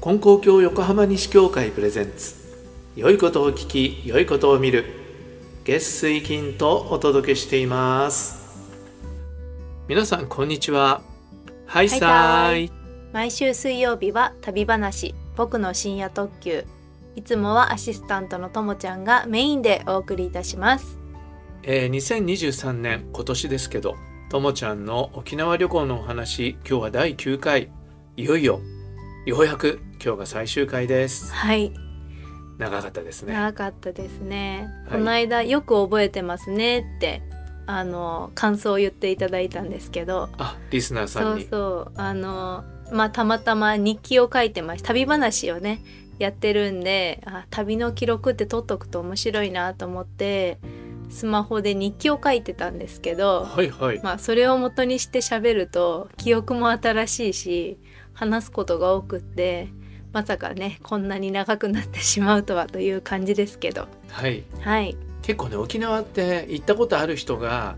金光教横浜西教会プレゼンツ良いことを聞き良いことを見る月水金とお届けしています皆さんこんにちはハイサイ毎週水曜日は旅話僕の深夜特急いつもはアシスタントのともちゃんがメインでお送りいたしますえー2023年今年ですけどともちゃんの沖縄旅行のお話今日は第9回いよいよようやく今日が最終回ですはい長かったですね長かったですね、はいこの間よく覚えてますねってあの感想を言っていただいたんですけどあリスナーさそんうにそうあのまあたまたま日記を書いてました旅話をねやってるんであ旅の記録って取っとくと面白いなと思ってスマホで日記を書いてたんですけどはいはいまあそれを元にして喋ると記憶も新しいし話すことが多くってまさかねこんなに長くなってしまうとはという感じですけどはいはい結構ね沖縄って行ったことある人が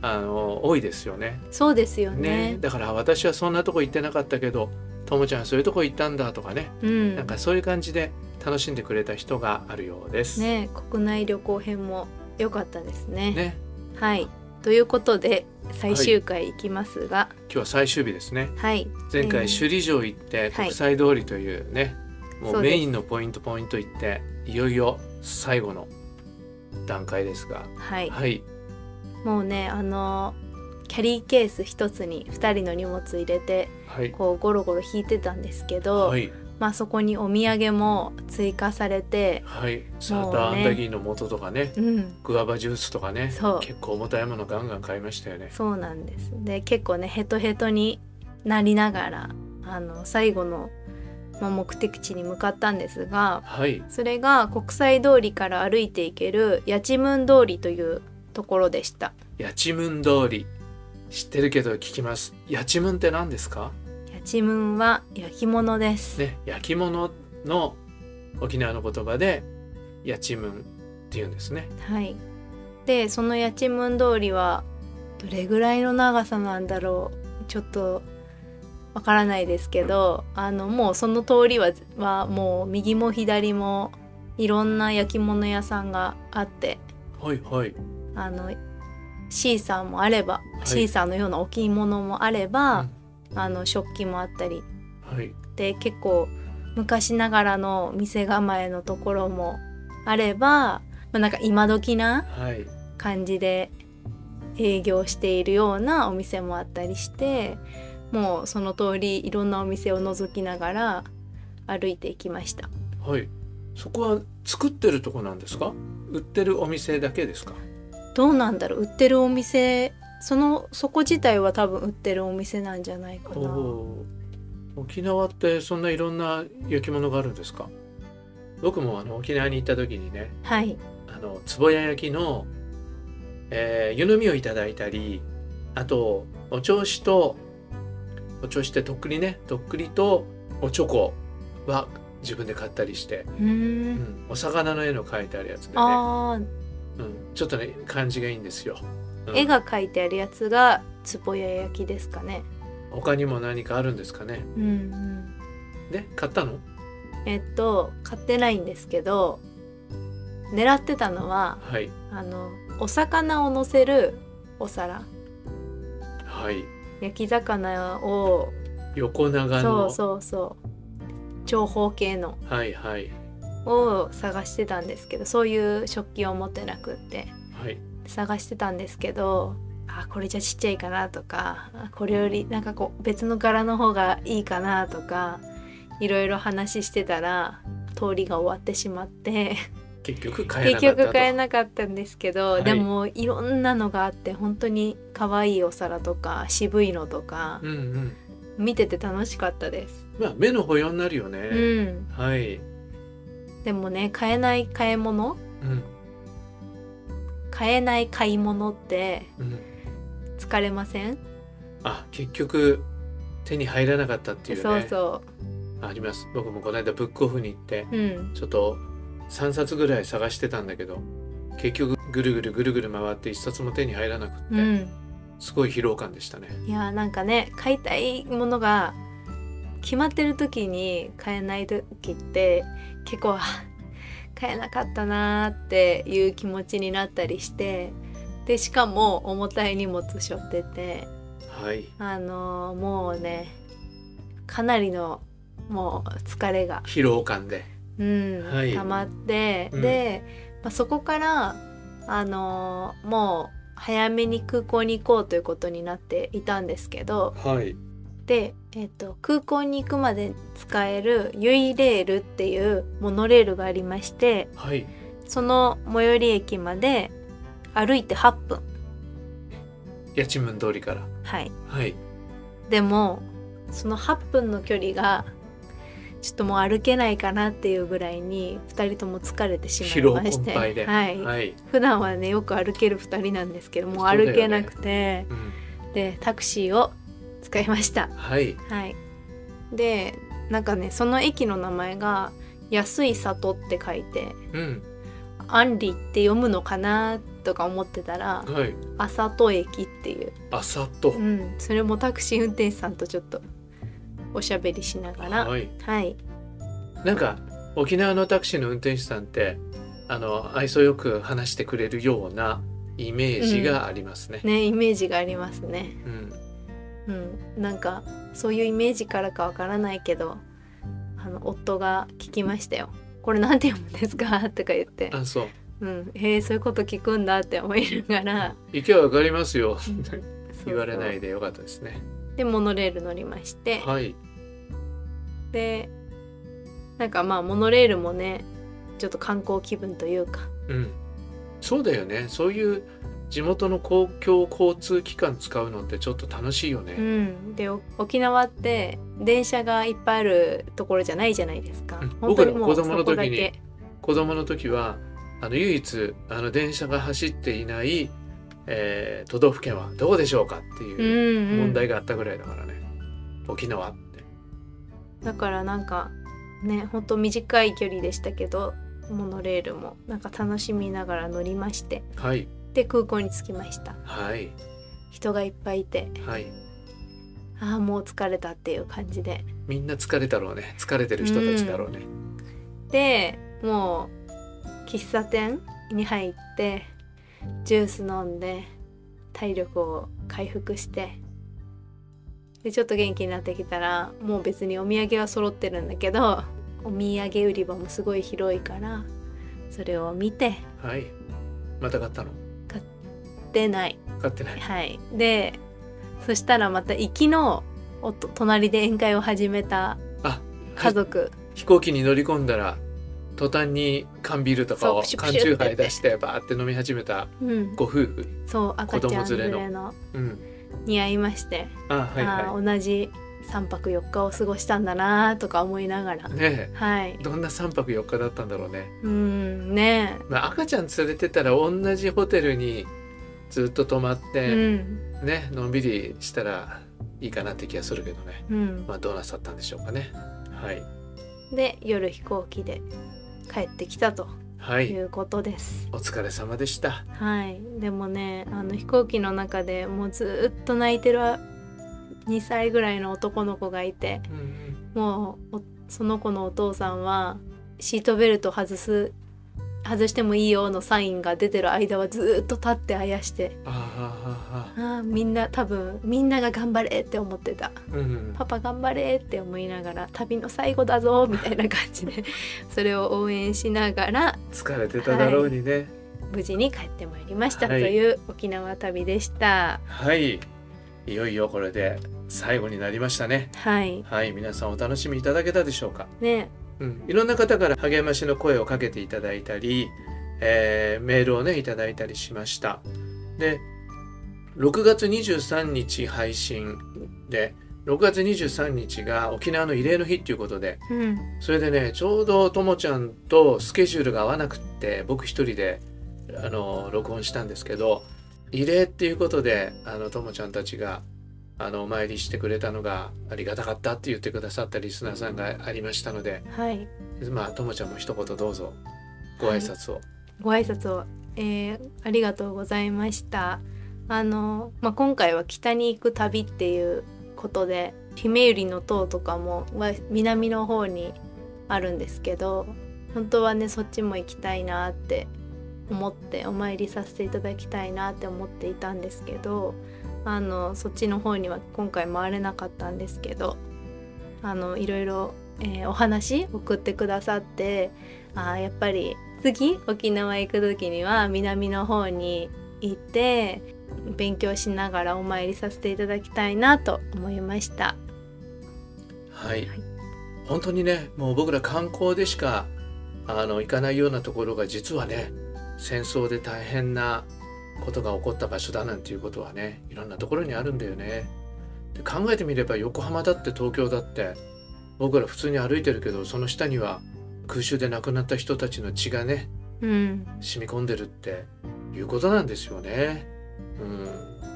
あの多いですよねそうですよねねだから私はそんなとこ行ってなかったけどともちゃんそういうとこ行ったんだとかね、うんなんかそういう感じで楽しんでくれた人があるようです。ね国内旅行編も良かったですねねはいということで最終回いきますが今日は最終日ですねはい、前回えー首里城行って、はい国際通りというねもそううですメインのポイントポイント行っていよいよ最後の段階ですがはいはいもうねあのキャリーケース一つに2人の荷物入れてはいこうゴロゴロ引いてたんですけど、はいまあそこにお土産も追加されてはいサーターアンダギーの元とかねうんグアバジュースとかねそう結構重たいものガンガン買いましたよねそうなんですで結構ねヘトヘトになりながらあの最後の、まあ目的地に向かったんですがはいそれが国際通りから歩いていける八千文通りというところでした八千文通り知ってるけど聞きます八千文って何ですか八千文は焼き物です、ね焼き物の沖縄の言葉で八千文って言うんですねはいでその八千文通りはどれぐらいの長さなんだろうちょっとわからないですけどあのもうその通りははもう右も左もいろんな焼き物屋さんがあってはいはいあのシーサーもあれば、いシーサーのような置物もあれば、うあの食器もあったりんはいって結構昔ながらの店構えのところもあれば、まあ、なんか今時なはい感じで営業しているようなお店もあったりしてもうその通りいろんなお店を覗きながら歩いていきましたはいそこは作ってるとこなんですか売ってるお店だけですかどうなんだろう売ってるお店そのそこ自体は多分売ってるお店なんじゃないかおなおー沖縄ってそんないろんな焼き物があるんですか僕もあの沖縄に行った時にねはいあの壺屋焼きの、えー湯飲みをいただいたりあとお調子とお調子ってとっくりねとっくりとおチョコは自分で買ったりして、うーんうん、お魚の絵の描いてあるやつでね、うあーん、ちょっとね感じがいいんですよ、うん絵が描いてあるやつがつぼや焼きですかね他にも何かあるんですかねうんうんで買ったのえっと買ってないんですけど狙ってたのははいあのお魚を乗せるお皿はい焼き魚を横長そのうそうそう長方形のはいはいを探してたんですけどそういう食器を持ってなくってはい探してたんですけどあこれじゃちっちゃいかなとかあこれよりなんかこう別の柄の方がいいかなとかいろいろ話してたら通りが終わってしまって。結局買えな結かったと局買えなかったんですけど、はいでもいろんなのがあって本当に可愛いお皿とか渋いのとかうんうん見てて楽しかったです、まあ目の保養になるよね、うん、はい、でもね買えない買い物うん買えない買い物ってうん、疲れません、あ結局手に入らなかったっていうねそうそあります僕もこの間ブックオフに行ってううんちょっと3冊ぐらい探してたんだけど結局ぐるぐるぐるぐる回って1冊も手に入らなくって、うんすごい疲労感でしたねいやーなんかね買いたいものが決まってる時に買えない時って結構あ 買えなかったなーっていう気持ちになったりしてでしかも重たい荷物背負っててはいあのーもうねかなりのもう疲れが、疲労感でうんはい溜まって、うんで、まあ、そこからあのーもう早めに空港に行こうということになっていたんですけど、はいで、えっと空港に行くまで使えるユイレールっていうモノレールがありましてはいその最寄り駅まで歩いて8分八千文通りからはいはいでもその8分の距離がちょっともう歩けないかなっていうぐらいに2人とも疲れてし疲ま労いまし困て、憊ではいはい、普段はねよく歩ける2人なんですけどもうそうだよね歩けなくて、うん、でタクシーを使いましたはいはい、でなんかねその駅の名前が「安い里」って書いてうん「アンリ」って読むのかなとか思ってたらはい「あさと駅」っていう、朝と、うん、それもタクシー運転手さんとちょっとおしゃべりしながら、はいはいなんか沖縄のタクシーの運転手さんってあの愛想よく話してくれるようなイメージがありますね。ねイメージがありますね。うんうん、なんかそういうイメージからかわからないけどあの夫が聞きましたよ。これなんて読むんですかとか言って、あそううん、へえそういうこと聞くんだって思いながら、行けばわかりますようっんてそう言われなそいでよかったですね。うでモノレール乗りまして、はいでなんかまあモノレールもねちょっと観光気分というかうんそうだよねそういう地元の公共交通機関使うのってちょっと楽しいようね。んでお沖縄って電車がいっぱいあるところじゃないじゃないですか、うん本当にもう僕らも子供の時にそこだけ子供の時はあの唯一あの電車が走っていない、えー都道府県はどこでしょうかっていう。うんうん問題があったぐらいだからね、沖縄ってだからなんかねほんと短い距離でしたけどモノレールもなんか楽しみながら乗りましてはいで空港に着きましたはい人がいっぱいいてはいああもう疲れたっていう感じでみんな疲れたろうね疲れてる人たちだろうね、でもう喫茶店に入ってジュース飲んで体力を回復してでちょっと元気になってきたらもう別にお土産は揃ってるんだけどお土産売り場もすごい広いからそれを見てはいまた買ったの出ない買ってないはいでそしたらまた行きのおと隣で宴会を始めたあ家族飛行機に乗り込んだら途端に缶ビールとかそをうプシュプ缶シュチューハイ出してバーって飲み始めたうんご夫婦そう赤ちゃん子供連れ連のれのうんに会いましてあはいあはー同じ3泊4日を過ごしたんだなとか思いながらいねはいえどんな3泊4日だったんだろうね、うんねまあ、赤ちゃん連れてたら同じホテルにずっと泊まっえ、て、ねのんびりしたらいいかなって気がするけどねうんうんまあ、どうなさったんでしょうかね。はい。で夜飛行機で帰ってきたとはいい。うことですお疲れ様でした。はいでもねあの飛行機の中でもうずっと泣いてる2歳ぐらいの男の子がいてうん、もうおその子のお父さんはシートベルト外す外してもいいよのサインが出てる間はずっと立ってあやしてああああああーみんな多分みんなが頑張れって思ってたあ。うん。パパ頑張れって思いながら旅の最後だぞみたいな感じでそれを応援しながら疲れてただろうにね。無事に帰ってまいりましたとはいいう沖縄旅でしたはい。いよいよこれで最後になりましたね。はいはい、皆さんお楽しみいただけたでしょうか。ねうん、いろんな方から励ましの声をかけていただいたり、えーメールをねいただいたりしましたで6月23日配信で6月23日が沖縄の慰霊の日っていうことでうんそれでねちょうどともちゃんとスケジュールが合わなくって僕一人であの録音したんですけど慰霊っていうことであのともちゃんたちがあのお参りしてくれたのがありがたかったって言ってくださったリスナーさんがありましたのではいまあともちゃんも一言どうぞご挨拶を、ご挨拶を、えーありがとうございましたあの、まあ、今回は北に行く旅っていうことでひめゆりの塔とかもわ南の方にあるんですけど本当はねそっちも行きたいなって思ってお参りさせていただきたいなって思っていたんですけどあのそっちの方には今回回れなかったんですけどあのいろいろ、えーお話送ってくださってあーやっぱり次沖縄行く時には南の方に行って勉強しながらお参りさせていただきたいなと思いました。はい、はい本当にねもう僕ら観光でしかあの行かないようなところが実はね戦争で大変なことが起こった場所だなんていうことはねいろんなところにあるんだよね。で考えてみれば横浜だって東京だって僕ら普通に歩いてるけどその下には空襲で亡くなった人たちの血がねうん、染み込んでるっていうことなんですよね。うん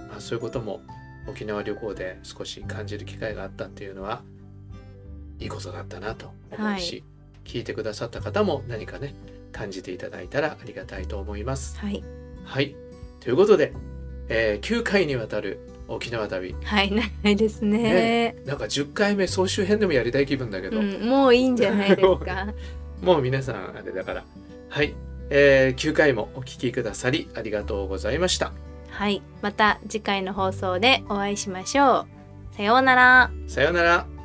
まあ、そういうことも沖縄旅行で少し感じる機会があったっていうのはいいことだったなと思うし、聞いてくださった方も何かね感じていただいたらありがたいと思います。はい、はいということで、えー9回にわたる沖縄旅はい、ないですねねなんか10回目総集編でもやりたい気分だけど、うん、もういいんじゃないですか。もう皆さんあれだからはい、えー9回もお聞きくださりありがとうございました。はい、また次回の放送でお会いしましょう。さようなら。さようなら。